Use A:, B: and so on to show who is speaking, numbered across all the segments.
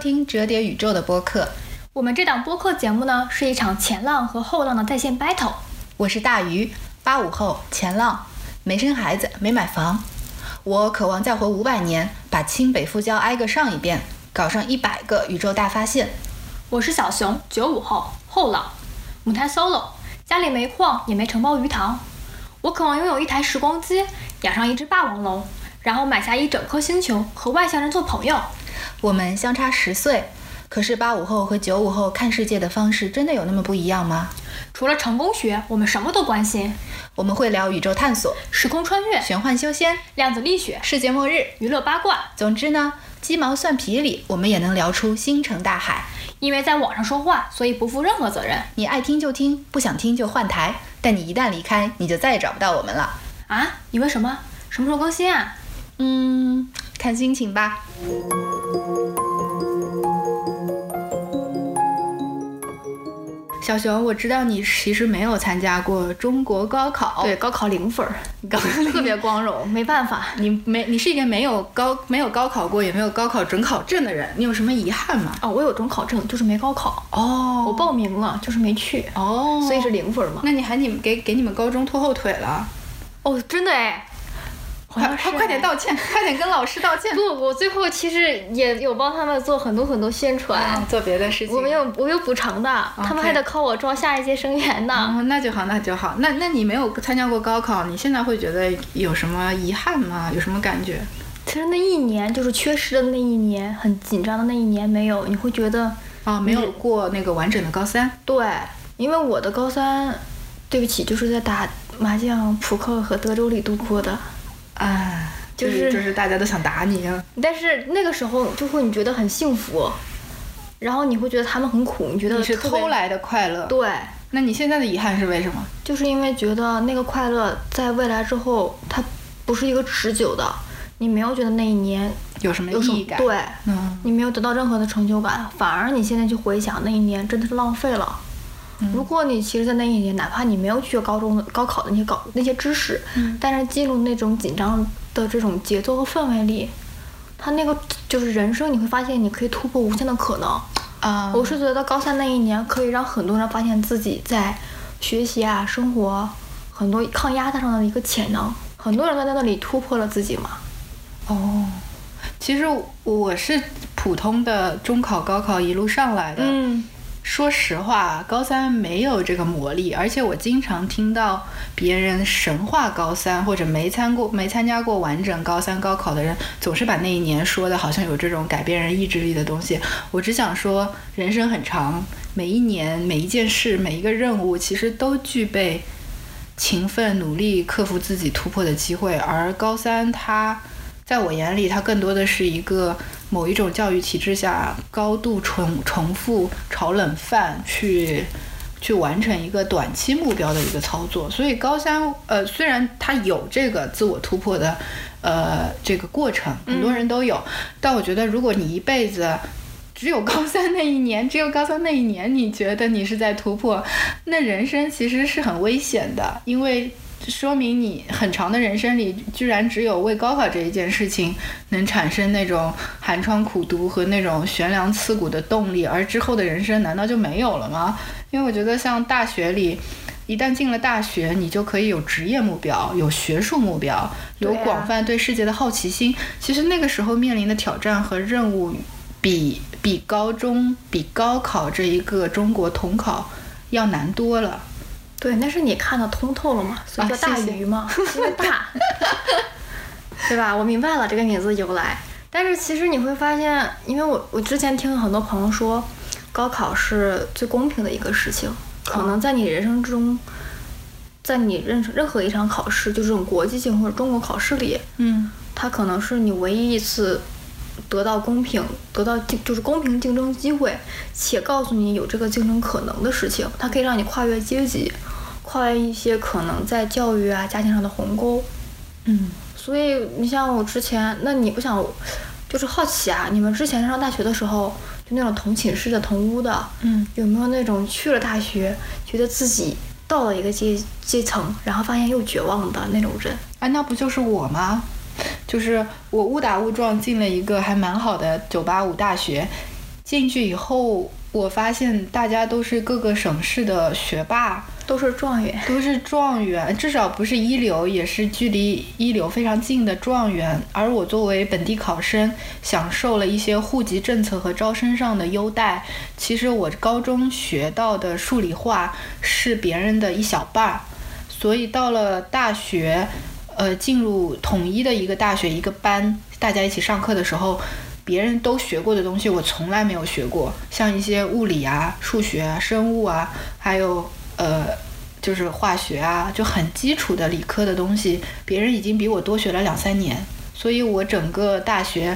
A: 听《折叠宇宙》的播客，
B: 我们这档播客节目呢，是一场前浪和后浪的在线 battle。
A: 我是大鱼，八五后前浪，没生孩子，没买房。我渴望再活五百年，把清北复交挨个上一遍，搞上一百个宇宙大发现。
B: 我是小熊，九五后后浪，母胎 solo，家里没矿也没承包鱼塘。我渴望拥有一台时光机，养上一只霸王龙，然后买下一整颗星球，和外星人做朋友。
A: 我们相差十岁，可是八五后和九五后看世界的方式真的有那么不一样吗？
B: 除了成功学，我们什么都关心：
A: 我们会聊宇宙探索、
B: 时空穿越、
A: 玄幻修仙、
B: 量子力学、
A: 世界末日。
B: 娱乐八卦。
A: 总之呢，鸡毛蒜皮里我们也能聊出星辰大海。
B: 因为在网上说话，所以不负任何责任
A: 你爱听就听，不想听就换台。但你一旦离开，你就再也找不到我们了。
B: 啊！你问什么？什么时候更新啊？
A: 嗯，看心情吧。小熊，我知道你其实没有参加过中国高考，
B: 对，，哦高考零分儿，
A: 高
B: 特别光荣，没办法。
A: 你没你是一个没有高没有高考过也没有高考准考证的人，你有什么遗憾吗？
B: 哦，
C: 啊
B: 我有准考证，就是没高考，
A: 哦
B: 我报名了，就是没去，
A: 哦，
B: 所以是零分嘛。
A: 那你还你们给给你们高中拖后腿了，
B: 哦，真的哎，好
A: 快
B: 像是
A: 快
C: 啊
A: 快点
B: 哎。
A: 道歉，快点跟老师道歉
C: 不，，我最后其实也有帮他们做很多很多宣传，
A: 啊做别的事情。
C: 我们有我有补偿的，他们还得靠我招下一届生源呢。
A: 啊，那就好，那就好。那那你没有参加过高考，你现在会觉得有什么遗憾吗？有什么感觉？
C: 其实那一年就是缺失的那一年，很紧张的那一年没有，你会觉得
A: 啊，没
C: 嗯
A: 有过那个完整的高三。
C: 对，因为我的高三，对不起，就是在打麻将、扑克和德州里度过的。
A: 啊，
C: 就
A: 就是
C: 是
A: 就是大家都想打你啊。
C: 但是那个时候就会你觉得很幸福，然后你会觉得他们很苦，你觉得
A: 你是
C: 嗯特别
A: 偷来的快乐。
C: 对，
A: 那你现在的遗憾是为什么？
C: 就是因为觉得那个快乐在未来之后，它不是一个持久的，你没有觉得那一年
A: 有什么
C: 有什
A: 意
C: 么
A: 义感？，
C: 对，
A: 嗯
C: 你没有得到任何的成就感，反而你现在去回想那一年真的是浪费了。如果你其实，在那一年，哪怕你没有去高中的高考的那些高那些知识，但是进入那种紧张的这种节奏和氛围里，他那个就是人生，你会发现你可以突破无限的可能。
A: 啊，
C: 我是觉得高三那一年可以让很多人发现自己在学习啊、生活很多抗压上的一个潜能，很多人在那里突破了自己嘛。
A: 哦，其实我是普通的中考、高考一路上来的。
C: 嗯，
A: 说实话，高三没有这个魔力，而且我经常听到别人神话高三，或者没参过、没参加过完整高三高考的人，总是把那一年说的好像有这种改变人意志力的东西。我只想说，人生很长，每一年、每一件事、每一个任务，其实都具备勤奋、努力、克服自己、突破的机会。而高三它，在我眼里，它更多的是一个某一种教育体制下高度重重复炒冷饭去。去完成一个短期目标的一个操作，所以高三呃虽然它有这个自我突破的呃这个过程，很多人都有，但我觉得如果你一辈子只有高三那一年， 只有高三那一年，你觉得你是在突破，那人生其实是很危险的，因为说明你很长的人生里，居然只有为高考这一件事情能产生那种寒窗苦读和那种悬梁刺股的动力，而之后的人生难道就没有了吗？因为我觉得像大学里。一旦进了大学，你就可以有职业目标，有学术目标，有
C: 对啊
A: 广泛对世界的好奇心。其实那个时候面临的挑战和任务比比高中、比高考这一个中国统考要难多了。
C: 对，那是你看的通透了嘛，所以
A: 啊
C: 叫大
A: 谢谢
C: 鱼嘛，因为 大，对吧？我明白了这个名字的由来。但是其实你会发现，因为我我之前听很多朋友说，高考是最公平的一个事情，可
A: 哦
C: 能在你人生中，在你任任何一场考试，就这种国际性或者中国考试里，
A: 嗯，
C: 它可能是你唯一一次得到公平、得到竞就是公平竞争机会，且告诉你有这个竞争可能的事情，它可以让你跨越阶级，跨越一些可能在教育啊、家庭上的鸿沟。
A: 嗯，
C: 所以你像我之前，那你不想，就是好奇啊，你们之前上大学的时候，就那种同寝室的、同屋的，
A: 嗯，
C: 有没有那种去了大学，觉得自己到了一个阶阶层，然后发现又绝望的那种人？
A: 啊，那不就是我吗？就是我误打误撞进了一个还蛮好的九八五大学，进去以后，我发现大家都是各个省市的学霸，
C: 都是状元，
A: 都是状元，至少不是一流，也是距离一流非常近的状元。而我作为本地考生，享受了一些户籍政策和招生上的优待。其实我高中学到的数理化是别人的一小半儿，所以到了大学，呃，进入统一的一个大学一个班，大家一起上课的时候。别人都学过的东西，我从来没有学过，像一些物理啊、数学啊、生物啊，还有呃，就是化学啊，就很基础的理科的东西，别人已经比我多学了两三年，所以我整个大学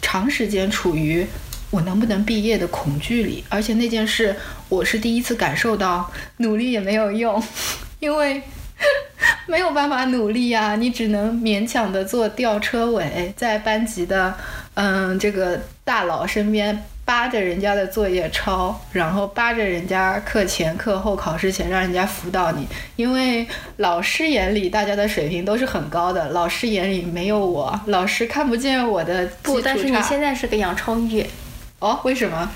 A: 长时间处于我能不能毕业的恐惧里，而且那件事我是第一次感受到努力也没有用， 因为没有办法努力呀、你只能勉强的做吊车尾，在班级的嗯这个大佬身边扒着人家的作业抄，然后扒着人家课前课后考试前让人家辅导你，因为老师眼里大家的水平都是很高的，老师眼里没有我，老师看不见我的基础
C: 不，但是你
A: 差
C: 现在是个杨超越，
A: 哦，为什么？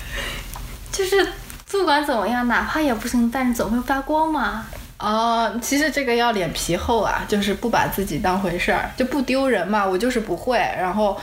C: 就是不管怎么样，哪怕也不行，但是总会发光嘛。
A: 哦，其实这个要脸皮厚啊，就是不把自己当回事儿，就不丢人嘛。我就是不会，然后，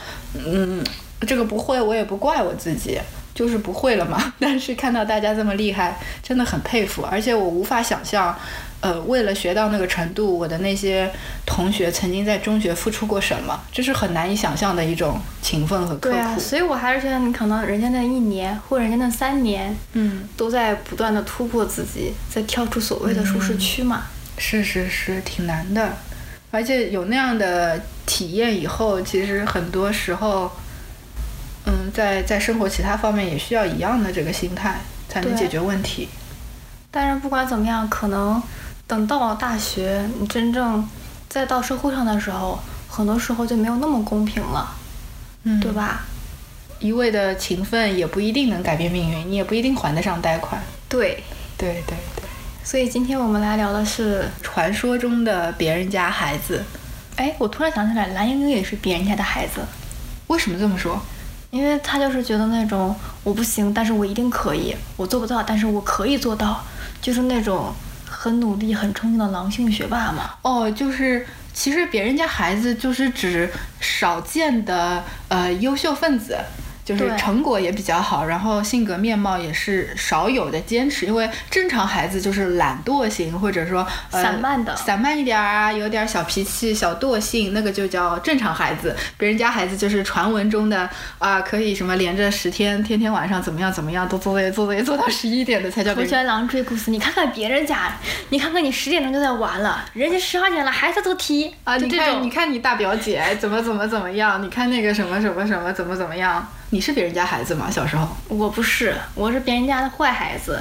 A: 嗯，这个不会我也不怪我自己，就是不会了嘛。 但是看到大家这么厉害，真的很佩服，而且我无法想象，呃，为了学到那个程度，我的那些同学曾经在中学付出过什么，这是很难以想象的一种勤奋和刻
C: 对
A: 苦。
C: 啊，所以我还是觉得你可能人家那一年或人家那三年
A: 嗯，
C: 都在不断的突破自己，在跳出所谓的舒适区嘛。
A: 是是是，挺难的，而且有那样的体验以后，其实很多时候，嗯，在在生活其他方面也需要一样的这个心态，才能
C: 对
A: 解决问题。
C: 但是不管怎么样，可能等到了大学，你真正再到社会上的时候，很多时候就没有那么公平了，
A: 嗯
C: 对吧？
A: 一味的勤奋也不一定能改变命运，你也不一定还得上贷款。
C: 对，
A: 对对对，
C: 所以今天我们来聊的是，
A: 传说中的别人家孩子，
C: 哎，我突然想起来，蓝盈莹也是别人家的孩子，
A: 为什么这么说？
C: 因为她就是觉得那种我不行，但是我一定可以，我做不到，但是我可以做到，就是那种很努力、很冲劲的狼性学霸嘛。
A: 哦，就是其实别人家孩子就是指少见的呃优秀分子。就是
C: 对
A: 成果也比较好，然后性格面貌也是少有的坚持，因为正常孩子就是懒惰型，或者说、呃、
C: 散漫的
A: 散漫一点儿啊，有点小脾气、小惰性，那个就叫正常孩子。别人家孩子就是传闻中的啊、可以什么连着十天，天天晚上怎么样怎么样，都做作业做作业做到十一点的才叫别
C: 头
A: 人。
C: 悬狼追故事，你看看别人家，你看看你十点钟就在玩了，人家十二点了还在做题
A: 啊，
C: 就
A: 你
C: 这
A: 看，
C: 种
A: 你看你大表姐怎么怎么怎么样，你看那个什么什么什么怎么怎么样，你是别人家孩子吗？小时候
C: 我不是，我是别人家的坏孩子。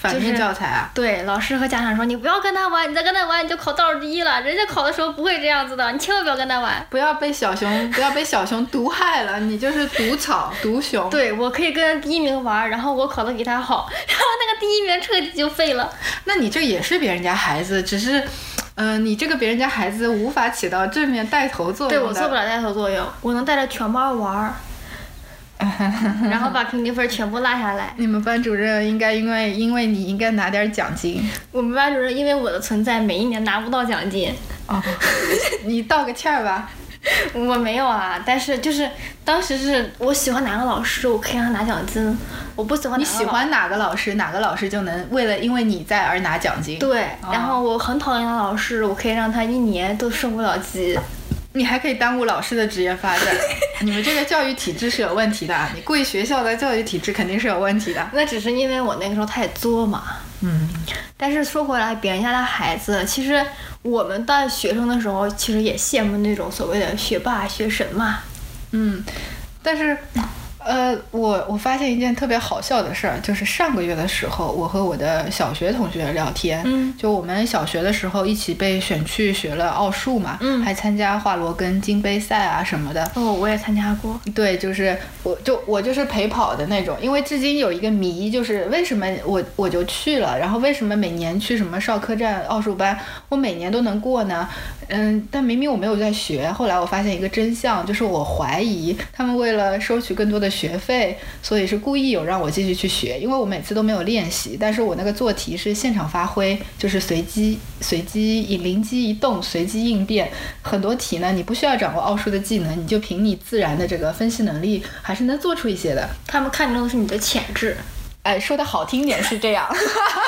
A: 反面教材啊，
C: 对，老师和家长说你不要跟他玩，你再跟他玩你就考倒数第一了。人家考的时候不会这样子的，你千万不要跟他玩。
A: 不要被小熊，不要被小熊毒害了，你就是毒草毒熊。
C: 对，我可以跟第一名玩，然后我考的比他好，然后那个第一名彻底就废了。
A: 那你这也是别人家孩子，只是，嗯、你这个别人家孩子无法起到正面带头作
C: 对
A: 用
C: 我
A: 的。
C: 做不了带头作用，我能带着全 班玩，然后把平均分全部拉下来。
A: 你们班主任应该因为因为你应该拿点奖金
C: 我们班主任因为我的存在，每一年拿不到奖金。
A: 哦， 你道个歉儿吧。
C: 我没有啊，但是就是当时是我喜欢哪个老师，我可以让他拿奖金；我不喜欢
A: 你
C: 哪个老
A: 喜欢哪个老师，哪个老师就能为了因为你在而拿奖金。
C: 对，
A: 哦
C: 然后我很讨厌的老师，我可以让他一年都升不了级。
A: 你还可以耽误老师的职业 发展。你们这个教育体制是有问题的啊，你贵学校的教育体制肯定是有问题的。
C: 那只是因为我那个时候太作嘛。
A: 嗯，
C: 但是说回来，别人家的孩子，其实我们当学生的时候，其实也羡慕那种所谓的学霸、学神嘛。
A: 嗯，但是，呃，我我发现一件特别好笑的事儿，就是上个月的时候，我和我的小学同学聊天，
C: 嗯
A: 就我们小学的时候一起被选去学了奥数嘛，
C: 嗯
A: 还参加华罗庚金杯赛啊什么的，
C: 哦，我也参加过。
A: 对，就是我就我就是陪跑的那种，因为至今有一个谜，就是为什么我我就去了，然后为什么每年去什么少科站奥数班，我每年都能过呢？嗯，但明明我没有在学。后来我发现一个真相，就是我怀疑他们为了收取更多的学费，所以是故意有让我继续去学，因为我每次都没有练习，但是我那个做题是现场发挥，就是随机、随机、灵机一动、随机应变。很多题呢，你不需要掌握奥数的技能，你就凭你自然的这个分析能力，还是能做出一些的。
C: 他们看重的是你的潜质，
A: 哎，说的好听点是这样。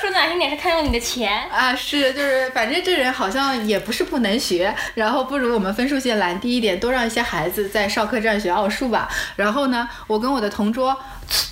B: 说难听点是看中你的钱，
A: 啊，是就是，反正这人好像也不是不能学，然后不如我们分数线拦低一点，多让一些孩子在少科站学奥数吧。然后呢，我跟我的同桌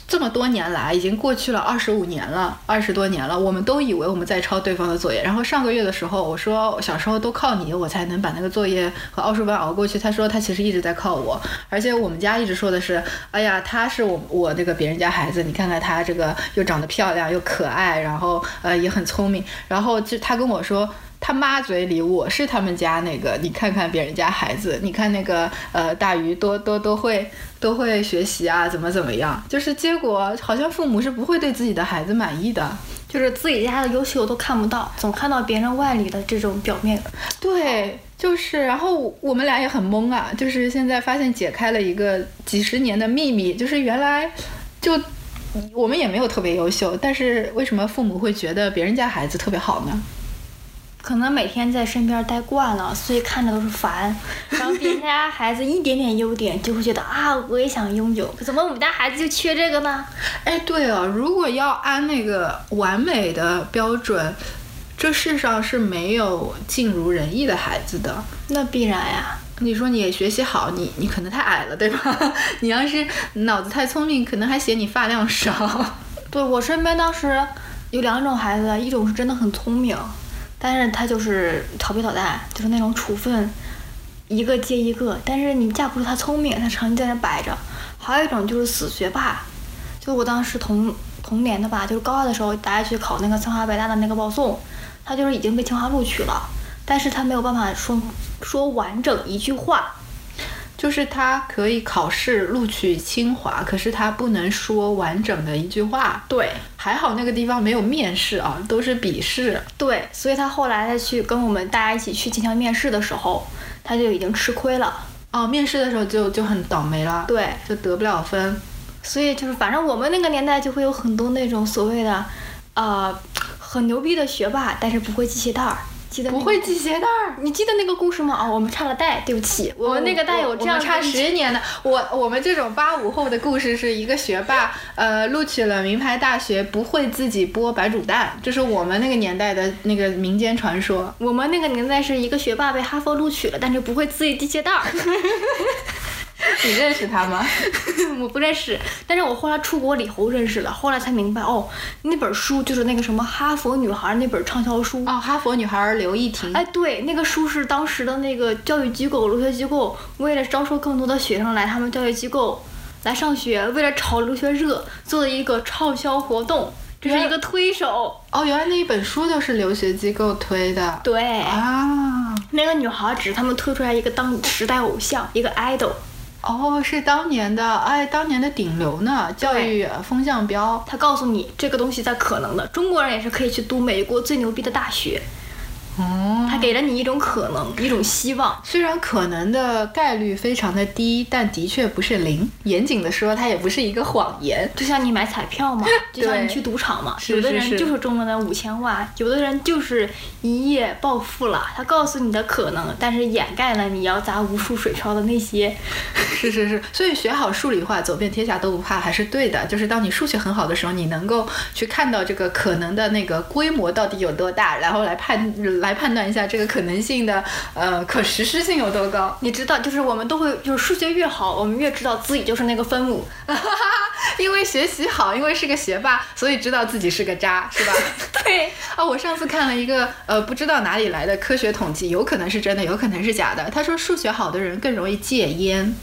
A: 这么多年来，已经过去了二十五年了，二十多年了，我们都以为我们在抄对方的作业。然后上个月的时候，我说小时候都靠你，我才能把那个作业和奥数班熬过去。他说他其实一直在靠我，而且我们家一直说的是，哎呀，他是我我那个别人家孩子，你看看他这个又长得漂亮又可爱，然后呃也很聪明，然后就他跟我说。他妈嘴里我是他们家那个，你看看别人家孩子，你看那个呃大鱼多多多会多会学习啊，怎么怎么样，就是结果好像父母是不会对自己的孩子满意的。
C: 就是自己家的优秀都看不到，总看到别人外里的这种表面。
A: 对，就是，然后我们俩也很懵啊，就是现在发现解开了一个几十年的秘密，就是原来就我们也没有特别优秀，但是为什么父母会觉得别人家孩子特别好呢？
C: 可能每天在身边待惯了，所以看着都是 烦。然后别人家孩子一点点优点，就会觉得啊，我也想拥有。
B: 怎么我们家孩子就缺这个呢？
A: 哎，对哦，如果要按那个完美的标准，这世上是没有尽如人意的孩子的。
C: 那必然呀，
A: 你说你学习好，你你可能太矮了，对吧？ 你要是脑子太聪明，可能还嫌你发量少。
C: 对我身边当时有两种孩子，一种是真的很聪明，但是他就是调皮捣蛋，就是那种处分一个接一个，但是你架不住他聪明，他成绩在那摆着；还有一种就是死学霸，就我当时同同年的吧，就是高二的时候，大家去考那个清华北大的那个报送，他就是已经被清华录取了，但是他没有办法说说完整一句话，
A: 就是他可以考试录取清华，可是他不能说完整的一句话。
C: 对，
A: 还好那个地方没有面试啊，都是笔试。
C: 对，所以他后来再去跟我们大家一起去进行面试的时候，他就已经吃亏了。
A: 哦，面试的时候就就很倒霉了，
C: 对，
A: 就得不了分。
C: 所以就是反正我们那个年代就会有很多那种所谓的，呃，很牛逼的学霸，但是不会系鞋带儿。记得那
A: 不
C: 个
A: 会系鞋带儿，
C: 你记得那个故事吗？哦，我们差了带，对不起，我们那个带有这样
A: 哦我们
C: 的
A: 差
C: 一
A: 十年的。我 我们这种八五后的故事是一个学霸，呃，录取了名牌大学，不会自己剥白煮蛋，这是我们那个年代的那个民间传说。
C: 我们那个年代是一个学霸被哈佛录取了，但是不会自己系鞋带儿。
A: 你认识他吗？
C: 我不认识，但是我后来出国以后认识了，后来才明白哦，那本书就是那个什么《哈佛女孩》那本畅销书。
A: 哦，哈佛女孩刘亦婷。
C: 哎，对，那个书是当时的那个教育机构、留学机构，为了招收更多的学生来他们教育机构来上学，为了炒留学热做的一个畅销活动，这是一个推手。
A: 哦，原来那一本书就是留学机构推的。
C: 对，
A: 啊，
C: 那个女孩只是他们推出来一个当时代偶像，一个 idol。
A: 哦，是当年的，哎，当年的顶流呢，教育呃风向标。
C: 他告诉你这个东西在可能的，中国人也是可以去读美国最牛逼的大学。
A: 哦、
C: 他给了你一种可能，一种希望。
A: 虽然可能的概率非常的低，但的确不是零。严谨的说，它也不是一个谎言。
C: 就像你买彩票 嘛，就像你去赌场嘛，
A: 是
C: 有的
A: 是是
C: 人就是中了那五千万，有的人就是一夜暴富了。他告诉你的可能，但是掩盖了你要砸无数水漂的那些。
A: 是是是，所以学好数理化，走遍天下都不怕，还是对的。就是当你数学很好的时候，你能够去看到这个可能的那个规模到底有多大，然后来判来判断一下这个可能性的呃可实施性有多高。
C: 你知道，就是我们都会，就是数学越好，我们越知道自己就是那个分 母。
A: 因为学习好，因为是个学霸，所以知道自己是个渣，是 吧？
C: 对，
A: 啊，我上次看了一个呃，不知道哪里来的科学统计，有可能是真的，有可能是假的。他说数学好的人更容易戒烟，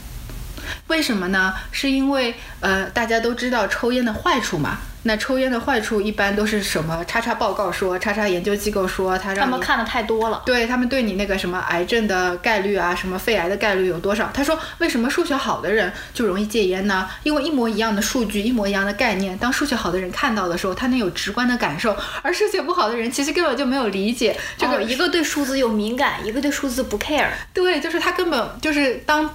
A: 为什么呢？是因为呃，大家都知道抽烟的坏处嘛。那抽烟的坏处一般都是什么？叉叉报告说，叉叉研究机构说，他
C: 他
A: 让
C: 们
A: 你
C: 看的太多了。
A: 对他们对你那个什么癌症的概率啊，什么肺癌的概率有多少？他说为什么数学好的人就容易戒烟呢？因为一模一样的数据，一模一样的概念，当数学好的人看到的时候，他能有直观的感受，而数学不好的人其实根本就没有理解这个
C: 哦一个对数字又敏感，一个对数字不 care。
A: 对，就是他根本就是当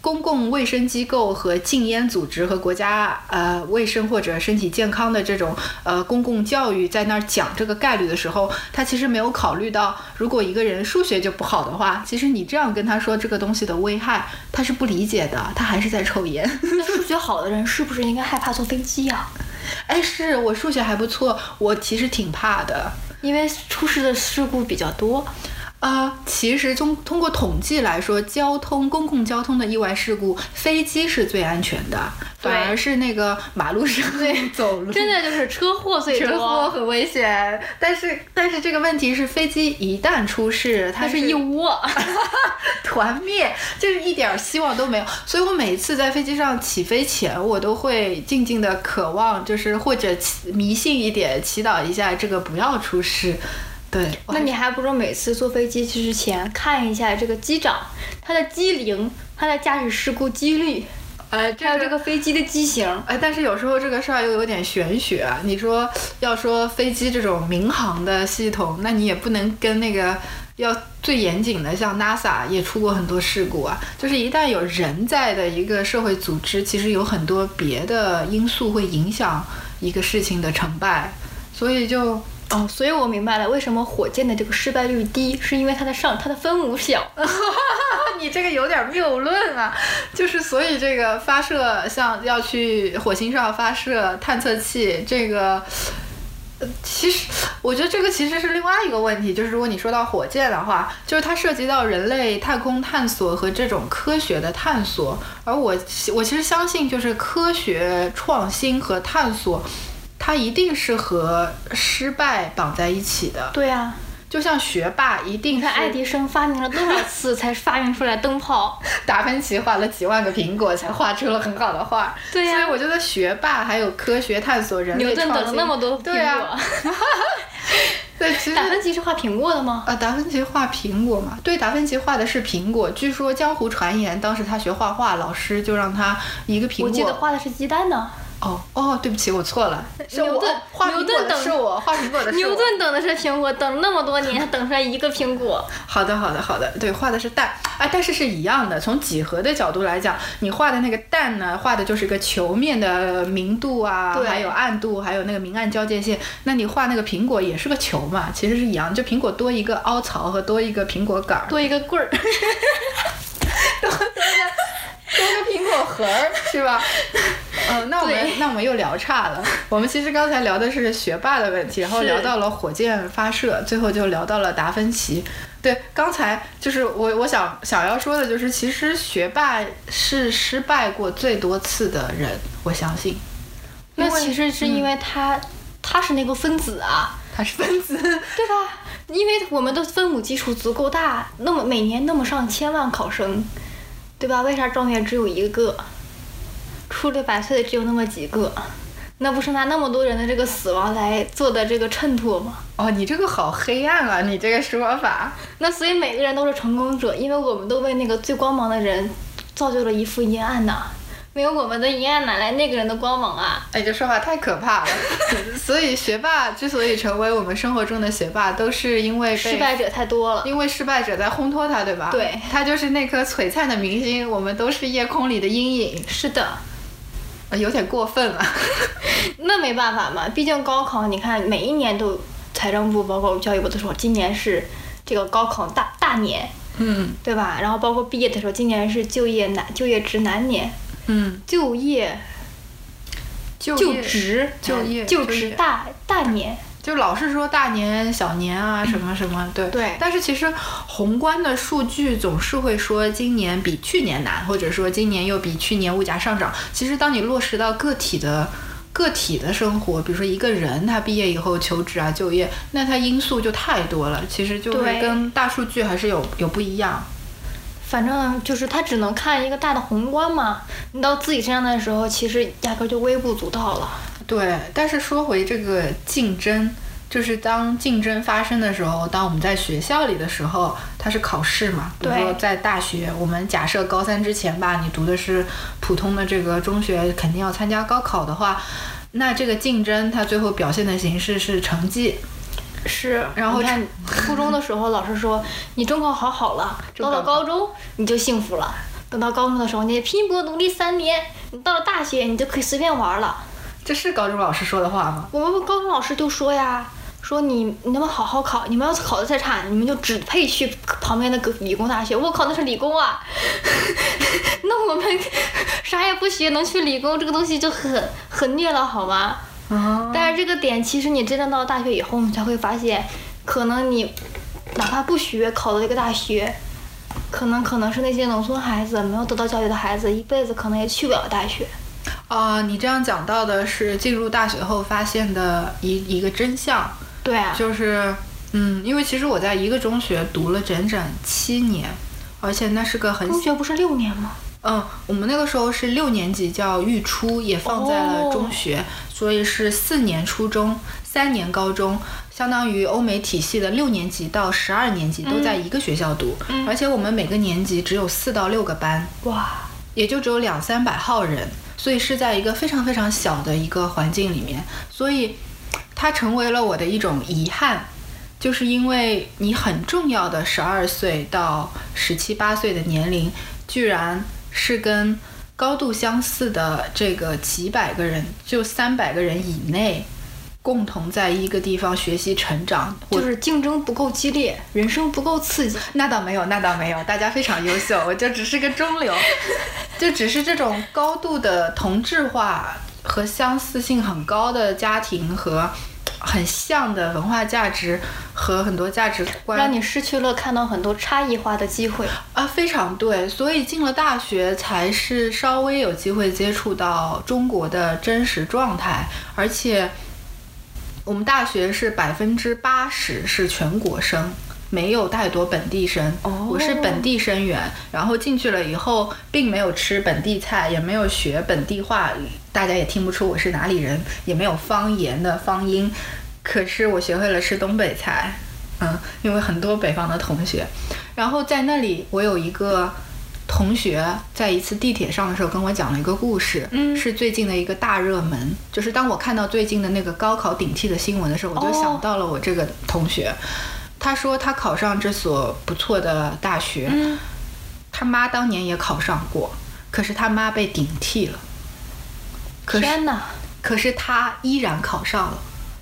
A: 公共卫生机构和禁烟组织和国家呃卫生或者身体健康的这种呃公共教育在那儿讲这个概率的时候，他其实没有考虑到，如果一个人数学就不好的话，其实你这样跟他说这个东西的危害，他是不理解的，他还是在抽烟。
C: 那数学好的人是不是应该害怕坐飞机啊呀、
A: 哎，是我数学还不错，我其实挺怕的。
C: 因为出事的事故比较多。
A: 呃，其实通通过统计来说，交通公共交通的意外事故，飞机是最安全的，
C: 对
A: 反而是那个马路上 走路。
C: 真的就是车祸最多，
A: 车祸很危险，但是但是这个问题是，飞机一旦出事，它
C: 它是
A: 是
C: 一 窝。
A: 团灭，就是一点儿希望都没有。所以我每次在飞机上起飞前，我都会静静的渴望，就是或者祈迷信一点，祈祷一下这个不要出事。对，我
C: 那
A: 还
C: 你还不如每次坐飞机去之前看一下这个机长，他的机龄，他的驾驶事故几率，
A: 呃，这
C: 还有
A: 个
C: 这个飞机的机型。
A: 哎，但是有时候这个事儿又有点玄学啊。你说要说飞机这种民航的系统，那你也不能跟那个要最严谨的，像 NASA 也出过很多事故啊。就是一旦有人在的一个社会组织，其实有很多别的因素会影响一个事情的成败，所以就
C: 哦，所以我明白了为什么火箭的这个失败率低，是因为它的上它的分母小。
A: 你这个有点谬论啊， 就是所以这个发射像要去火星上发射探测器，这个。呃其实，我觉得这个其实是另外一个问题，就是如果你说到火箭的话，就是它涉及到人类太空探索和这种科学的探索，而我其我其实相信，就是科学创新和探索，它一定是和失败绑在一起的，
C: 对啊呀、
A: 就像学霸一定
C: 你
A: 是
C: 看爱迪生发明了多少次才发明出来灯泡？
A: 达芬奇画了几万个苹果，才画出了很好的画。
C: 对呀
A: 所以我觉得学霸还有科学探索、人
C: 牛
A: 类
C: 顿
A: 创
C: 等了
A: 新，
C: 那么多苹果，啊
A: 对啊，对，其实
C: 达芬奇是画苹果的吗？
A: 啊，达芬奇画苹果嘛，对，达芬奇画的是苹果。据说江湖传言，当时他学画画，老师就让他一个苹果。
C: 我记得画的是鸡蛋呢。
A: 哦哦，对不起，我错了，是
C: 牛
A: 我
C: 顿
A: 画苹
C: 牛
A: 果
C: 顿
A: 的
C: 等
A: 是我，画苹果的是
C: 牛
A: 我。
C: 顿等的是苹果，等了那么多年，他等出来一个苹果。
A: 好的，好的，好的，对，画的是蛋，哎，但是是一样的。从几何的角度来讲，你画的那个蛋呢，画的就是个球面的明度啊，
C: 对
A: 还有暗度，还有那个明暗交界线。那你画那个苹果也是个球嘛，其实是一样，就苹果多一个凹槽和多一个苹果杆儿，
C: 多一个 棍儿，
A: 多个苹果核儿， 是吧？嗯，那我们
C: 对
A: 那我们又聊岔了。我们其实刚才聊的是学霸的问题，然后
C: 是
A: 聊到了火箭发射，最后就聊到了达芬奇。对，刚才就是我我想想要说的就是，其实学霸是失败过最多次的人，我相信
C: 那
A: 因为
C: 其实是因为它，它是那个分子啊，
A: 他是分子。
C: 对吧？因为我们的分母基数足够大，那么每年那么上千万考生，对吧？为啥状元只有一个，出类拔萃的只有那么几个？那不是拿那么多人的这个死亡来做的这个衬托吗？
A: 哦，你这个好黑暗啊！你这个说法，
C: 那所以每个人都是成功者，因为我们都为那个最光芒的人造就了一副阴暗呐。没有我们的阴暗，哪来那个人的光芒啊？
A: 哎，这说法太可怕了。 所以学霸之所以成为我们生活中的学霸，都是因为被
C: 失败者太多了。
A: 因为失败者在烘托他，对吧？
C: 对
A: 他就是那颗璀璨的明星，我们都是夜空里的阴影，
C: 是的，
A: 呃有点过分 了。
C: 那没办法嘛，毕竟高考，你看每一年都财政部包括教育部都说今年是这个高考大大年，
A: 嗯
C: 对吧？然后包括毕业的时候，今年是就业难就业值难年，
A: 嗯，
C: 就业
A: 就
C: 就
A: 业
C: 职
A: 就业
C: 就
A: 就
C: 职
A: 业
C: 大大年，
A: 就老是说大年小年啊什么什么，对
C: 对
A: 但是其实宏观的数据总是会说今年比去年难，或者说今年又比去年物价上涨。其实当你落实到个体的。个体的生活，比如说一个人他毕业以后求职啊、就业，那他因素就太多了，其实就会
C: 对
A: 跟大数据还是有有不一样。
C: 反正就是他只能看一个大的宏观嘛。你到自己身上的时候，其实压根儿就微不足道了。
A: 对，但是说回这个竞争，就是当竞争发生的时候，当我们在学校里的时候，它是考试嘛。比如
B: 对
A: 说在大学，我们假设高三之前吧，你读的是普通的这个中学，肯定要参加高考的话，那这个竞争它最后表现的形式是成绩。
C: 是，
A: 然后
C: 你看初中的时候，老师说你中考考好 了，到
A: 考
C: 了高中你就幸福了。等到高中的时候，你拼搏努力三年，你到了大学你就可以随便玩了。
A: 这是高中老师说的话吗？
C: 我们高中老师就说呀，说你你们好好考，你们要是考的再差，你们就只配去旁边的个理工大学。我靠，那是理工啊！ 那我们啥也不学，能去理工这个东西就很很虐了，好吗？
A: 啊，
C: 但是这个点，其实你真正到大学以后，你才会发现，可能你哪怕不学，考到一个大学，可能可能是那些农村孩子没有得到教育的孩子，一辈子可能也去不了大学。
A: 啊，你这样讲到的是进入大学后发现的一一个真相，
C: 对啊，
A: 就是，嗯，因为其实我在一个中学读了整整七年，而且那是个很
C: 中学不是六年吗？
A: 嗯，我们那个时候是六年级叫预初，也放在了
C: 哦
A: 中学，所以是四年初中，三年高中，相当于欧美体系的六年级到十二年级都在
C: 嗯
A: 一个学校读，而且我们每个年级只有四到六个班，
C: 哇，
A: 也就只有两三百号人，所以是在一个非常非常小的一个环境里面，所以它成为了我的一种遗憾，就是因为你很重要的十二岁到十七八岁的年龄，居然是跟高度相似的这个几百个人，就三百个人以内。共同在一个地方学习成长，或
C: 就是竞争不够激烈，人生不够刺激。
A: 那倒没有，那倒没有，大家非常优秀，我就只是个中流，就只是这种高度的同质化和相似性很高的家庭和很像的文化价值和很多价值观，
C: 让你失去了看到很多差异化的机会。
A: 啊，非常对，所以进了大学才是稍微有机会接触到中国的真实状态，而且我们大学是百分之八十是全国生。没有太多本地生我是本地生源，然后进去了以后，并没有吃本地菜，也没有学本地话，大家也听不出我是哪里人，也没有方言的方音，可是我学会了吃东北菜，嗯，因为很多北方的同学，然后在那里，我有一个同学在一次地铁上的时候跟我讲了一个故事，
C: 嗯
A: 是最近的一个大热门，就是当我看到最近的那个高考顶替的新闻的时候，我就
C: 哦
A: 想到了我这个同学，他说他考上这所不错的大学，
C: 嗯
A: 他妈当年也考上过，可是他妈被顶替了，可是
C: 天哪！
A: 可是他依然考上了，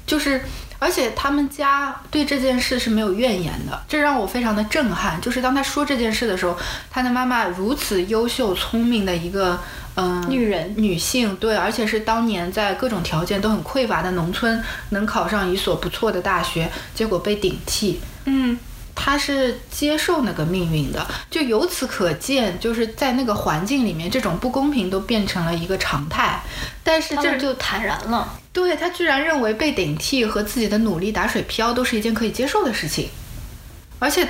A: 就是而且他们家对这件事是没有怨言的，这让我非常的震撼。就是当他说这件事的时候，他的妈妈如此优秀聪明的一个嗯、呃
C: 女人
A: 女性，对，而且是当年在各种条件都很匮乏的农村能考上一所不错的大学，结果被顶替，
C: 嗯，
A: 他是接受那个命运的，就由此可见，就是在那个环境里面，这种不公平都变成了一个常态。但是
C: 他
A: 这
C: 们就坦然了。
A: 对他居然认为被顶替和自己的努力打水漂都是一件可以接受的事情，而且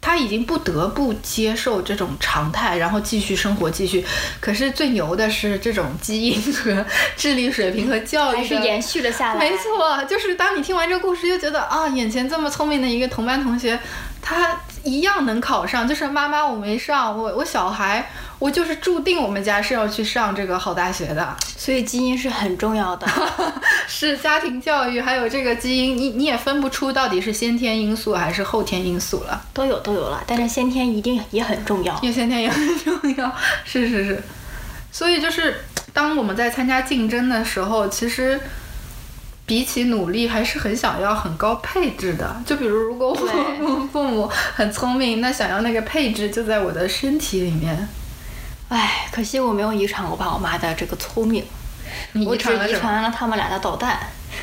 A: 他已经不得不接受这种常态，然后继续生活，继续。可是最牛的是，这种基因和智力水平和教育
C: 还是
A: 的
C: 延续了下来，
A: 哦没，错，就是当你听完这个故事，就觉得啊，眼前这么聪明的一个同班同学，他一样能考上。就是妈妈，我没上，我我小孩，我就是注定我们家是要去上这个好大学的。
C: 所以基因是很重要 的。
A: 是家庭教育，还有这个基因，你你也分不出到底是先天因素还是后天因素了，
C: 都有都有了，但是先天一定也很重要。
A: 因为先天也很重要。 是是是，所以就是当我们在参加竞争的时候，其实比起努力，还是很想要很高配置的。就比如，如果
C: 对
A: 我父母很聪明，那想要那个配置就在我的身体里面。
C: 唉，可惜我没有遗传我爸我妈的这个聪明，
A: 你
C: 我
A: 遗
C: 只
A: 传了
C: 遗
A: 什么？
C: 传了他们俩的捣蛋。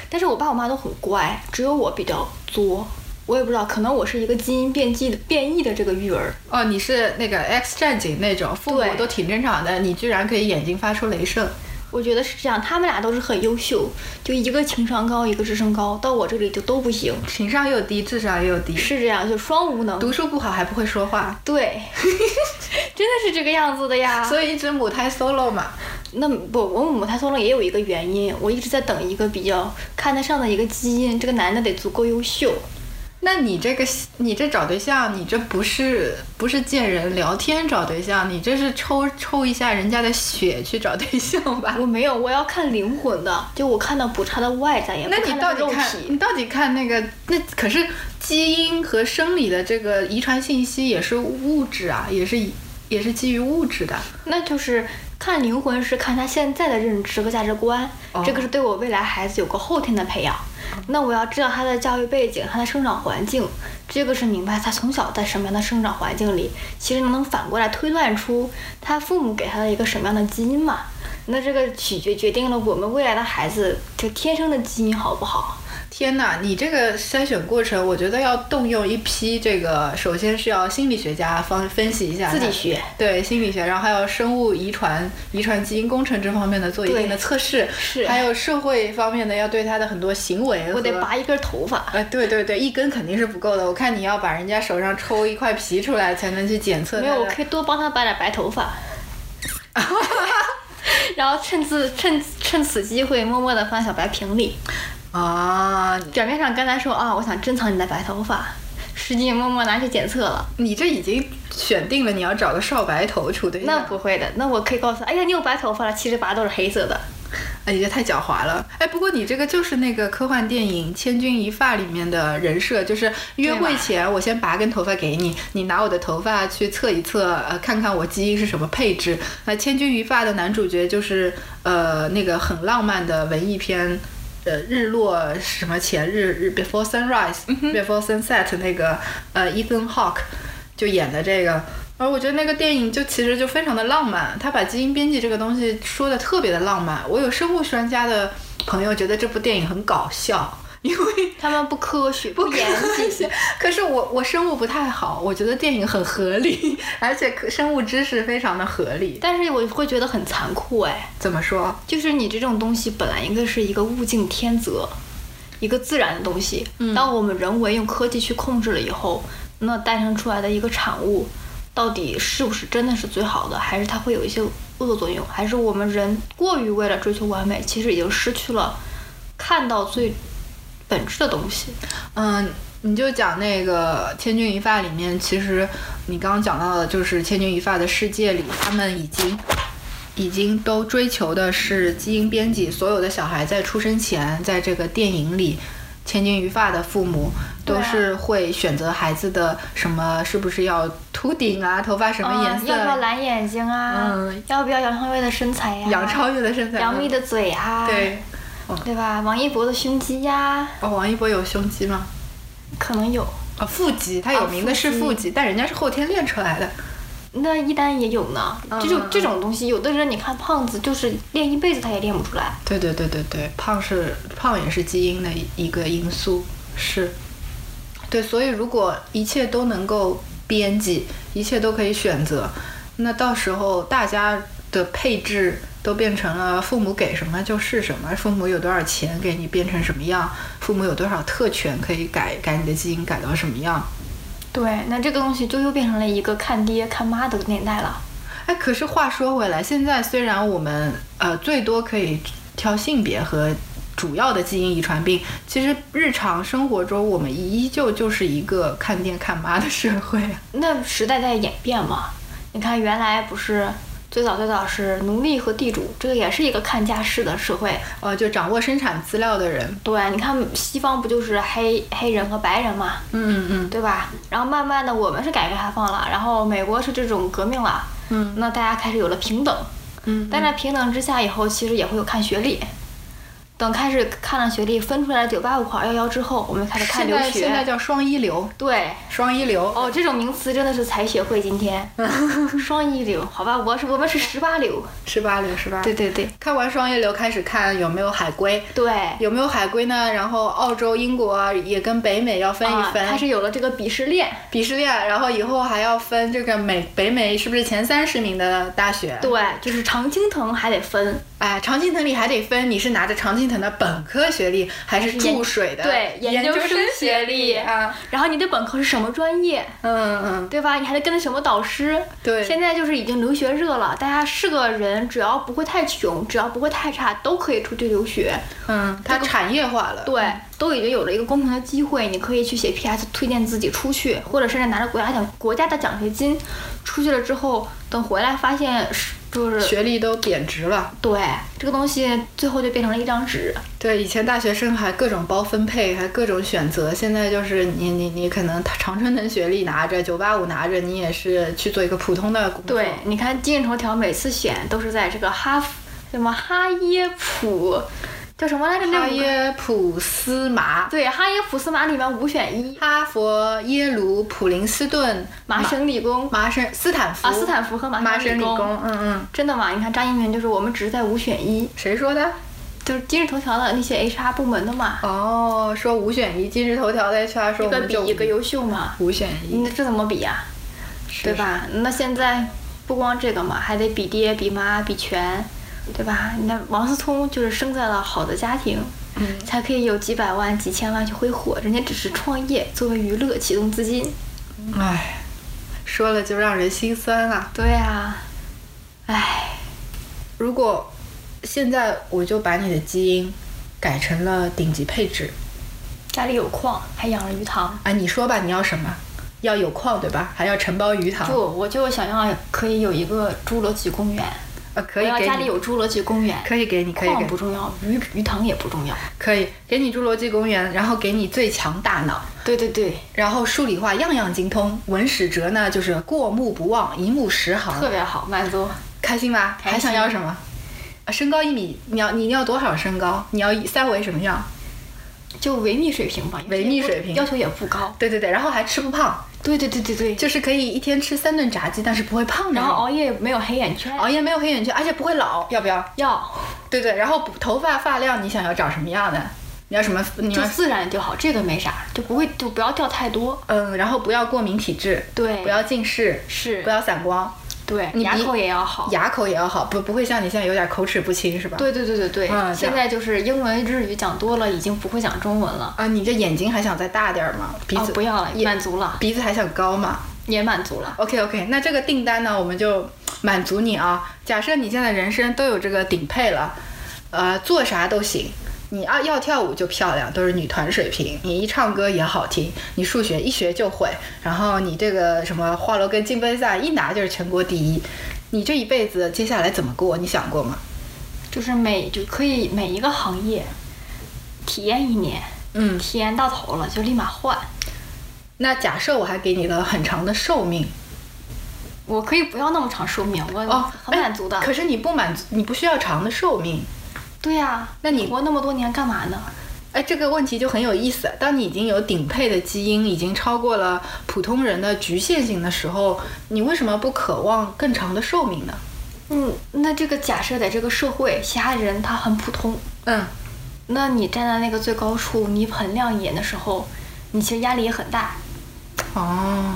C: 但是我爸我妈都很乖，只有我比较作。我也不知道，可能我是一个基因变异的变异的这个育儿，
A: 哦，你是那个 X 战警那种，父母
C: 对
A: 都挺正常的，你居然可以眼睛发出雷射。
C: 我觉得是这样。他们俩都是很优秀，就一个情商高，一个智商高，到我这里就都不行，
A: 情商也有低，智商也有低，
C: 是这样，就双无能。
A: 读书不好还不会说话，
C: 对，真的是这个样子的呀。
A: 所以一直母胎 solo 嘛。
C: 那不，我母胎松了也有一个原因，我一直在等一个比较看得上的一个基因，这个男的得足够优秀。
A: 那你这个，你这找对象，你这不是不是见人聊天找对象，你这是抽抽一下人家的血去找对象吧？
C: 我没有，我要看灵魂的，就我看到不差的外在，也不
A: 那你
C: 看
A: 到
C: 到
A: 底
C: 肉
A: 看
C: 体。
A: 你到底看那个那可是基因和生理的这个遗传信息也是物质啊，也是也是基于物质的。
C: 那就是看灵魂是看他现在的认知和价值观，
A: 哦
C: 这个是对我未来孩子有个后天的培养。那我要知道他的教育背景，他的生长环境，这个是明白他从小在什么样的生长环境里，其实能反过来推断出他父母给他的一个什么样的基因嘛。那这个取决决定了我们未来的孩子就天生的基因好不好。
A: 天呐，你这个筛选过程，我觉得要动用一批这个，首先是要心理学家方分析一下，
C: 自己学，
A: 对心理学，然后还有生物遗传、遗传基因工程这方面的做一
C: 对
A: 定的测试，
C: 是
A: 还有社会方面的要对他的很多行为，
C: 我得拔。一根头发。
A: 呃，对对对，一根肯定是不够的。我看你要把人家手上抽一块皮出来，才能去检测、
C: 没
A: 那
C: 有，
A: 个。
C: 我可以多帮他拔点白头 发，然后趁此趁趁此机会默默的放小白瓶里。
A: 啊，
C: 表面上刚才说啊，我想珍藏你的白头发，实际默默拿去检测了。
A: 你这已经选定了你要找个少白头处对象。
C: 那不会的，那我可以告诉他，哎呀，你有白头发了，其实拔都是黑色的。
A: 哎，你这太狡猾了。哎，不过你这个就是那个科幻电影《千钧一发》里面的人设，就是约
C: 对吧
A: 会前我先拔根头发给你，你拿我的头发去测一测，呃，看看我基因是什么配置。那《千钧一发》的男主角就是呃那个很浪漫的文艺片。呃，日落什么前日日 before sunrise、before sunset 那个呃，Ethan Hawke 就演的这个，而我觉得那个电影就其实就非常的浪漫，他把基因编辑这个东西说的特别的浪漫。我有生物专家的朋友觉得这部电影很搞笑，因为
C: 他们不科学，不严谨。
A: 可是我我生物不太好，我觉得电影很合理， 而且可生物知识非常的合理。
C: 但是我会觉得很残酷哎，
A: 怎么说？
C: 就是你这种东西本来应该是一个物竞天择，一个自然的东西。
A: 嗯
C: 当我们人为用科技去控制了以后，那诞生出来的一个产物，到底是不是真的是最好的，还是它会有一些恶作作用，还是我们人过于为了追求完美，其实已经失去了看到最本质的东西？
A: 嗯，你就讲那个《千钧一发》里面，其实你刚刚讲到的就是《千钧一发》的世界里，他们已经已经都追求的是基因编辑，所有的小孩在出生前，在这个电影里。千钧一发的父母
C: 对
A: 都
C: 啊
A: 是会选择孩子的什么是不是要秃顶啊，头发什么颜
C: 嗯
A: 色，
C: 要不要蓝眼睛啊？
A: 嗯
C: 要不要杨超越的身材呀、
A: 杨超越的身材，
C: 杨幂的嘴啊？
A: 对，
C: 对吧？王一博的胸肌呀、
A: 哦，王一博有胸肌吗？
C: 可能有。
A: 啊、腹肌，他有名的是
C: 腹肌
A: 腹肌，但人家是后天练出来的。
C: 那一丹也有呢，
A: 嗯
C: 这种
A: 嗯
C: 这种东西，有的人你看胖子就是练一辈子他也练不出来。
A: 对对对对对，胖是胖也是基因的一一个因素，是。对，所以如果一切都能够编辑，一切都可以选择，那到时候大家的配置都变成了父母给什么就是什么，父母有多少钱给你变成什么样，父母有多少特权可以改改你的基因改到什么样。
C: 对，那这个东西就又变成了一个看爹看妈的年代了。
A: 哎，可是话说回来，现在虽然我们呃最多可以挑性别和主要的基因遗传病，其实日常生活中我们依旧就是一个看爹看妈的社会啊。
C: 那时代在演变嘛，你看原来不是最早最早是奴隶和地主，这个也是一个看家世的社会。
A: 呃，就掌握生产资料的人，
C: 对，你看西方不就是黑黑人和白人嘛，
A: 嗯嗯
C: 对吧？然后慢慢的我们是改革开放了，然后美国是这种革命了，
A: 嗯
C: 那大家开始有了平等。
A: 嗯
C: 但在平等之下以后，其实也会有看学历。等开始看了学历，分出来九八五和二幺幺之后，我们开始看
A: 现
C: 留
A: 在现在
C: 学。
A: 叫双一流，
C: 对，
A: 双一流。
C: 哦，这种名词真的是才学会。今天双一流，好吧，我是我们是十八流。
A: 十八流，十八。
C: 对，对对
A: 看完双一流开始看有没有海归，
C: 对，
A: 有没有海归呢？然后澳洲、英国啊也跟北美要分一
C: 啊，
A: 分，嗯
C: 它是有了这个鄙视链。
A: 鄙视链，然后以后还要分这个美北美是不是前三十名的大学？
C: 对，就是常青藤还得分，
A: 哎，常青藤里还得分你是拿着常青藤的本科学历，还是注水的
C: 对
A: 研
C: 研
A: 究
C: 究生
A: 学
C: 学历
A: 啊？
C: 然后你的本科是什么专业，
A: 嗯嗯，
C: 对吧？你还得跟着什么导师？
A: 对
C: 现在就是已经留学热了，大家是个人，只要不会太穷，只要不会太差，都可以出去留学。
A: 嗯，它产业化了。
C: 对，都已经有了一个公平的机会，你可以去写 PS 推荐自己出去，或者甚至拿着国家奖国家的奖学金出去了之后，等回来发现是就是
A: 学历都贬值了。
C: 对这个东西最后就变成了一张纸。
A: 对，以前大学生还各种包分配，还各种选择，现在就是你你你可能常春藤学历拿着，九八五拿着，你也是去做一个普通的工作。
C: 对，你看金应头条每次选都是在这个哈佛什么哈耶普叫什么来着？那
A: 哈
C: 五个
A: 耶普斯麻、
C: 对哈耶普斯马里面五选一，
A: 哈佛、耶鲁、普林斯顿、
C: 麻省理工
A: 麻省斯坦福
C: 啊，斯坦福和麻
A: 麻
C: 省
A: 省
C: 理
A: 理
C: 工。
A: 工，嗯嗯，
C: 真的吗？你看张一鸣就是我们只是在五选一，
A: 谁说的？
C: 就是今日头条的那些 HR 部门的嘛，
A: 哦，说五选一，今日头条的 HR 说
C: 一
A: 我
C: 个
A: 们
C: 比
A: 就嗯
C: 一个优秀嘛，
A: 五选一，
C: 那这怎么比呀、对吧？那现在不光这个嘛，还得比爹比妈比全，对吧？那王思聪就是生在了好的家庭，
A: 嗯
C: 才可以有几百万、几千万去挥霍，人家只是创业作为娱乐启动资金。
A: 是？是唉，说了就让人心酸啊。
C: 对啊，唉，
A: 如果现在我就把你的基因改成了顶级配置
C: 家里有矿，还养了鱼塘。
A: 啊，你说吧，你要什么？要有矿对吧？还要承包鱼塘
C: 不，我就想要可以有一个侏罗纪公园，
A: 啊，可
C: 我
A: 以
C: 要
A: 给
C: 家里
A: 你，
C: 有侏罗纪公园。
A: 可以给你，可以
C: 矿
A: 给
C: 不
A: 你，
C: 重要，鱼鱼塘也不重要。
A: 可以给你侏罗纪公园，然后给你最强大脑，
C: 对对对，
A: 然后数理化样样精通，文史哲呢就是过目不忘，一目十行，
C: 特别好，满足。
A: 开心吧？
C: 开心
A: 还想要什么？啊身高一米，你要你要多少身高？你要三围什么样？
C: 就维密水平吧，
A: 维密水平
C: 要求也不高。
A: 对对对，然后还吃不胖，
C: 对对对对对，
A: 就是可以一天吃三顿炸鸡，但是不会胖的。
C: 然后熬夜没有黑眼圈，
A: 熬夜没有黑眼圈，而且不会老，要不要？
C: 要
A: 对对，然后头发发量你想要长什么样的？你要什么？你
C: 就
A: 要
C: 自然就好，这个没啥，就不会就不要掉太多。
A: 嗯，然后不要过敏体质，
C: 对，
A: 不要近视，
C: 是
A: 不要散光，
C: 对
A: 你
C: 牙
A: 鼻
C: 口也要好。
A: 牙口也要好，不不会像你现在有点口齿不清是吧？
C: 对对对对对，
A: 嗯这
C: 现
A: 样
C: 在就是英文、日语讲多了，已经不会讲中文了。
A: 啊，你这眼睛还想再大点儿吗？鼻
C: 哦
A: 子、，
C: 不要了，
A: 也
C: 满足了，
A: 鼻子还想高吗？
C: 也满足了。
A: OK OK，那这个订单呢，我们就满足你啊。假设你现在人生都有这个顶配了，呃，做啥都行。你要要跳舞就漂亮，都是女团水平。你一唱歌也好听，你数学一学就会，然后你这个什么华罗庚金杯赛一拿就是全国第一。你这一辈子接下来怎么过？你想过吗？
C: 就是每就可以每一个行业体验一年，
A: 嗯，
C: 体验到头了就立马换。
A: 那假设我还给你了很长的寿命
C: 我可以不要那么长寿命，我
A: 哦，
C: 很嗯满足的。
A: 哎可是你不满足，你不需要长的寿命，
C: 对呀、
A: 那你
C: 活那么多年干嘛呢？
A: 哎，这个问题就很有意思。当你已经有顶配的基因，已经超过了普通人的局限性的时候，你为什么不渴望更长的寿命呢？
C: 嗯，那这个假设在这个社会，其他人他很普通，
A: 嗯，
C: 那你站在那个最高处，你很亮眼的时候，你其实压力也很大。
A: 哦，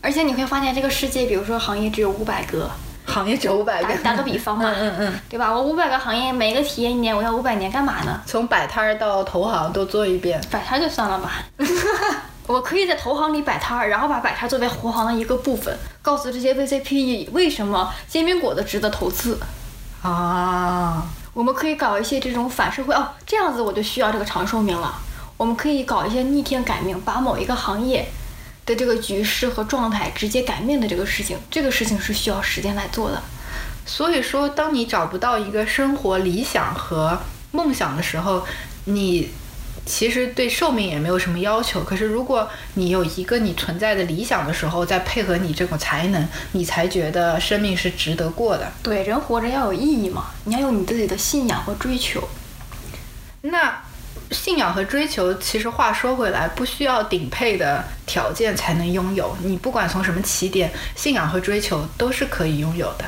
C: 而且你会发现，这个世界，比如说行业只有五百个，
A: 行业只有五百
C: 打
A: 个，
C: 打个比方嘛，
A: 嗯嗯嗯，
C: 对吧？我五百个行业，每一个体验一年，我要五百年干嘛呢？
A: 从摆摊儿到投行都做一遍。
C: 摆摊就算了吧。 我可以在投行里摆摊儿，然后把摆摊作为投行的一个部分，告诉这些 VCPE 为什么煎饼果子值得投资。
A: 啊，
C: 我们可以搞一些这种反社会哦，这样子我就需要这个长寿命了。我们可以搞一些逆天改命，把某一个行业的这个局势和状态直接改命的这个事情，这个事情是需要时间来做的。
A: 所以说，当你找不到一个生活理想和梦想的时候，你其实对寿命也没有什么要求。可是，如果你有一个你存在的理想的时候，再配合你这种才能，你才觉得生命是值得过的。
C: 对，人活着要有意义嘛，你要有你自己的信仰和追求。
A: 那信仰和追求，其实话说回来，不需要顶配的条件才能拥有。你不管从什么起点，信仰和追求都是可以拥有的。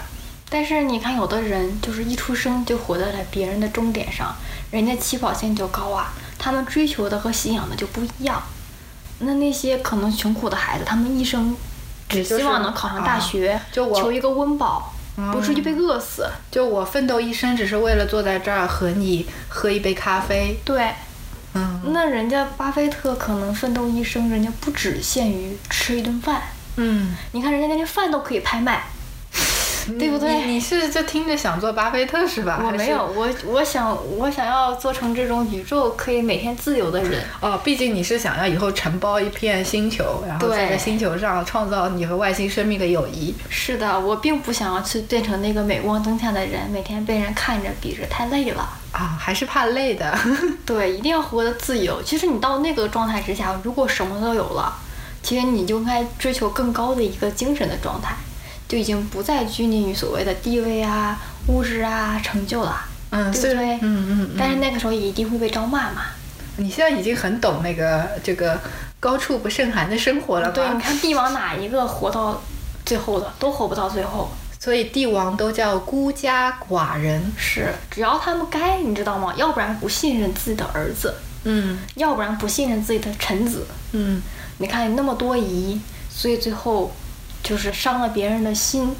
C: 但是你看，有的人就是一出生就活在了别人的终点上，人家起跑线就高啊，他们追求的和信仰的就不一样。那那些可能穷苦的孩子，他们一生只
A: 也就是啊
C: 希望能考上大学，
A: 就我嗯
C: 求一个温饱。
B: 不至于被饿死。
A: 就我奋斗一生，只是为了坐在这儿和你喝一杯咖啡。
B: 对，
A: 嗯
C: 那人家巴菲特可能奋斗一生，人家不只限于吃一顿饭，
A: 嗯，
B: 你看人家连饭都可以拍卖，
A: 对
B: 对
A: 不
B: 不
A: 对？
B: 对
A: 你是就听着想做巴菲特是吧？
C: 我
A: 啊还
C: 没
A: 是
C: 有，我我想我想要做成这种宇宙可以每天自由的人。
A: 哦，毕竟你是想要以后承包一片星球，然后
C: 对
A: 在这星球上创造你和外星生命的友谊。
C: 是的，我并不想要去变成那个镁光灯下的人，每天被人看着比着，太累了。
A: 啊，还是怕累的。
C: 对，一定要活得自由。其实你到那个状态之下，如果什么都有了，其实你就应该追求更高的一个精神的状态，就已经不再拘泥于所谓的地位啊、物质啊、成就了。
A: 嗯，
C: 对
A: 虽
C: 不
A: 然
C: 对
A: 嗯嗯嗯，
C: 但是那个时候也一定会被招骂嘛。
A: 你现在已经很懂那个这个高处不胜寒的生活了
C: 对，你
A: 吧？
C: 看帝王哪一个活到最后的，都活不到最后。
A: 所以帝王都叫孤家寡人。
C: 是，只要他们该，你知道吗？要不然不信任自己的儿子，
A: 嗯
C: 要不然不信任自己的臣子。
A: 嗯，
C: 你看那么多疑，所以最后就是伤了别人 的心，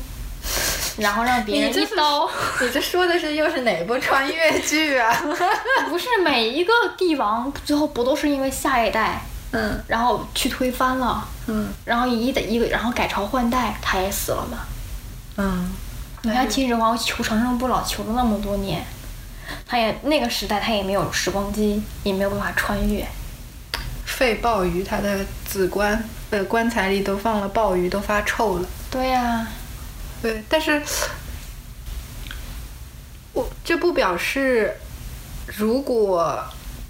C: 然后让别人
A: 你这
C: 一
A: 是
C: 刀。
A: 你这说 的是又是哪部穿越剧啊？
C: 不是每一个帝王最后不都是因为下一代，
A: 嗯
C: 然后去推翻了，
A: 嗯
C: 然后一的一个，然后改朝换代，他也死了嘛。
A: 嗯，
C: 你看秦始皇求长生不老，求了那么多年，他也那个时代他也没有时光机，也没有办法穿越。
A: 肺鲍鱼它的子棺呃棺材里都放了鲍鱼，都发臭了。
C: 对呀、
A: 对，但是我这不表示，如果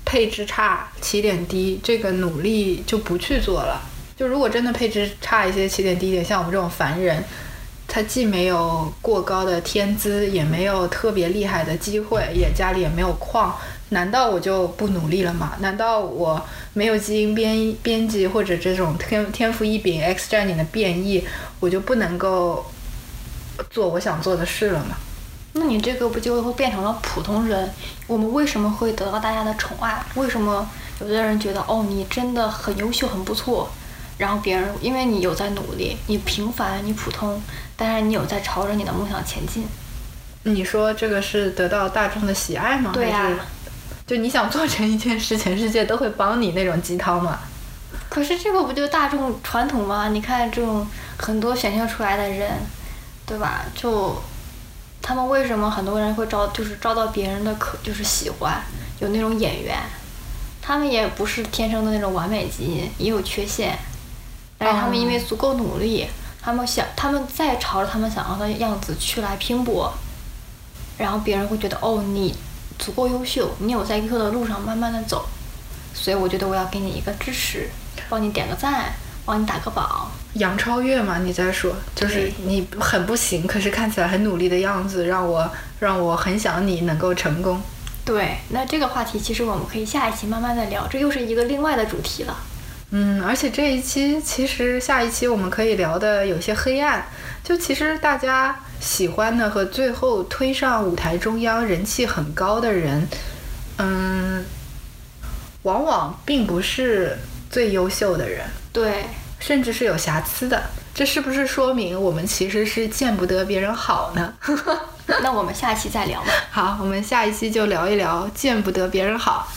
A: 配置差、起点低，这个努力就不去做了。就如果真的配置差一些、起点低一点，像我们这种凡人，他既没有过高的天资，也没有特别厉害的机会，也家里也没有矿，难道我就不努力了吗？难道我没有基因编编辑或者这种天天赋异禀、X 战警的变异，我就不能够做我想做的事了吗？
C: 那你这个不就会变成了普通人？我们为什么会得到大家的宠爱？为什么有的人觉得哦，你真的很优秀，很不错？然后别人因为你有在努力，你平凡，你普通，但是你有在朝着你的梦想前进。
A: 你说这个是得到大众的喜爱吗？
C: 对呀
A: 还是就你想做成一件事，全世界都会帮你那种鸡汤吗？
C: 可是这个不就大众传统吗？你看这种很多选秀出来的人，对吧？就他们为什么很多人会招，就是招到别人的可就是喜欢，有那种演员，他们也不是天生的那种完美基因，也有缺陷，但是他们因为足够努力，他们想他们再朝着他们想要的样子去来拼搏，然后别人会觉得哦，你足够优秀，你有在优秀的路上慢慢的走，所以我觉得我要给你一个支持，帮你点个赞，帮你打个榜。
A: 杨超越嘛，你在说，就是
C: 对
A: 你很不行，可是看起来很努力的样子，让我让我很想你能够成功。
C: 对，那这个话题其实我们可以下一期慢慢的聊，这又是一个另外的主题了。
A: 嗯，而且这一期其实下一期我们可以聊的有些黑暗，就其实大家喜欢的和最后推上舞台中央人气很高的人，嗯，往往并不是最优秀的人，
C: 对，
A: 甚至是有瑕疵的。这是不是说明我们其实是见不得别人好呢？
C: 那我们下期再聊吧。
A: 好，我们下一期就聊一聊见不得别人好。